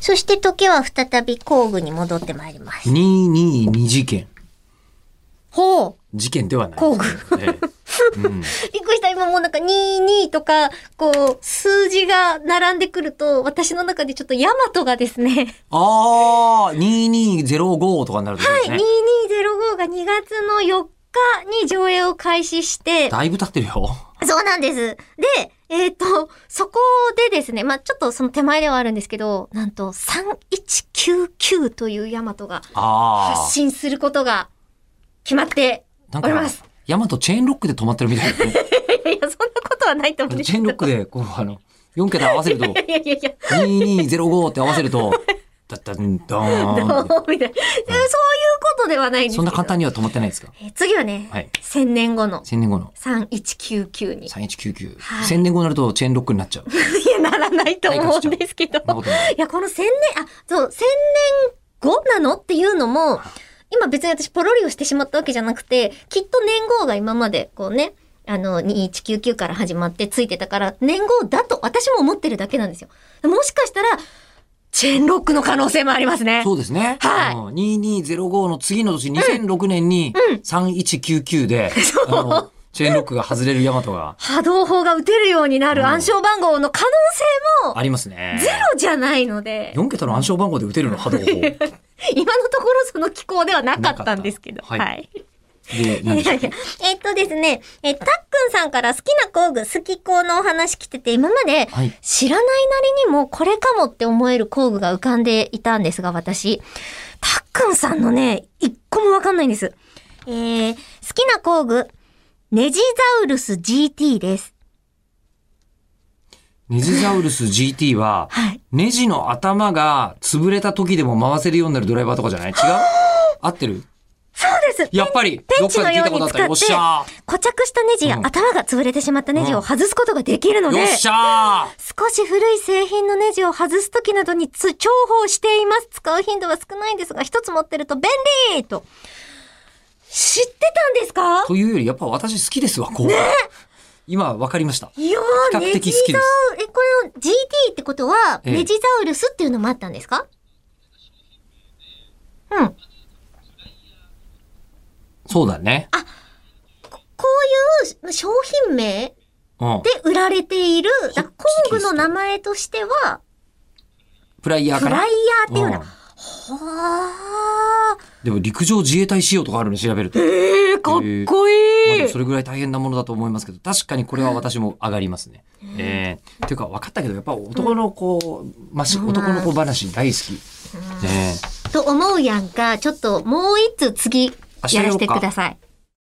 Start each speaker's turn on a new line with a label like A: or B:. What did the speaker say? A: そして時は再び工具に戻ってまいります。
B: 222事件。
A: ほう。
B: 事件ではない。
A: 工具
B: ええ うん
A: びっくりした。今もうなんか22とか、こう、数字が並んでくると、私の中でちょっとヤマトがですね、
B: ああ、2205とかになるとそうですね。
A: 2205が2月の4日に上映を開始して、
B: だいぶ経ってるよ。
A: そうなんです。で、えっ、と、そこでですね、まあちょっとその手前ではあるんですけど、なんと3199というヤマトが
B: あ
A: 発信することが決まって
B: あ。なん
A: おりま
B: か
A: す。、
B: ヤマトチェーンロックで止まってるみたい な、ね。
A: いやいや、そんなことはないと思うんです
B: チ
A: け
B: ェ
A: ど。
B: ーンロックで、こう、あの、4桁合わせると、
A: いやいやいや。
B: 2205って合わせると、だったんだーんって
A: どうみたいな。そういうことではないんですけど。
B: そんな簡単には止まってないですか
A: えー次はね、
B: はい
A: 1000年後の
B: ?1000 年後の
A: 3199に。い
B: 3199。
A: はい
B: 1000年後になるとチェーンロックになっちゃう。
A: や、ならないと思うんですけど。
B: そんなことない。
A: いや、この1000年、あ、そう、1000年後なのっていうのも、今別に私ポロリをしてしまったわけじゃなくて、きっと年号が今までこうね、あの、2199から始まってついてたから、年号だと私も思ってるだけなんですよ。もしかしたら、チェーンロックの可能性もありますね。
B: そうですね。
A: はい
B: うん2205の次の年、2006年に3199で、 あの、チェーンロックが外れるヤマトが
A: 波動砲が打てるようになる暗証番号の可能性も
B: ありますね。
A: ゼロじゃないので、
B: 4桁の暗証番号で打てるの波動法。で、
A: 今のところその機構ではなかったんですけど。
B: なか
A: は
B: っ
A: い。
B: たは何でしょう。
A: えっとですね、え、たっくんさんから好きな工具、好き工のお話来てて、今まで
B: はい
A: 知らないなりにもこれかもって思える工具が浮かんでいたんですが、私。たっくんさんのね、一個もわかんないんです。えー、好きな工具、ネジザウルス GT です。
B: ネジザウルス GT は、
A: はい。
B: ネジの頭が潰れた時でも回せるようになるドライバーとかじゃない違う合ってる
A: そうです。
B: やっぱり、
A: ペ
B: ど
A: ン
B: っ
A: チ
B: か
A: の
B: で聞い
A: よ
B: た
A: う
B: ことあ
A: に
B: った
A: 使
B: よ。
A: っ
B: おってしゃ
A: 固着したネジや
B: うん
A: 頭が潰れてしまったネジを外すことができるの
B: ーよ
A: で
B: っ、しゃー
A: 少し古い製品のネジを外すときなどにつ重宝しています。使う頻度は少ないんですが、一つ持ってると便利と。知ってたんですか
B: というより、やっぱ私好きですわ、こう。今、わかりました。
A: いや
B: 比
A: ー、
B: 較
A: ネ
B: 的
A: ジ
B: 好き
A: ザ
B: です
A: ウル、え、この GT ってことは、
B: ええ
A: ネジザウルスっていうのもあったんですかうん。こ
B: そうだね。
A: こういう商品名
B: うん。
A: で売られている、だから工具の名前としては、
B: プライヤー
A: フ
B: か
A: ライ
B: ら
A: ヤ。ーっていうような。
B: うん
A: はあ。
B: でも陸上自衛隊仕様とかあるの調べると。
A: ええかっこい
B: まあ
A: い、
B: でもそれぐらい大変なものだと思いますけど、確かにこれは私も上がりますね。ええっていうか分かったけど、やっぱ男の子、まし、
A: うん
B: 男の子話大好き。ええ
A: と思うやんか、ちょっともう一つ次、
B: あ
A: やらせてください。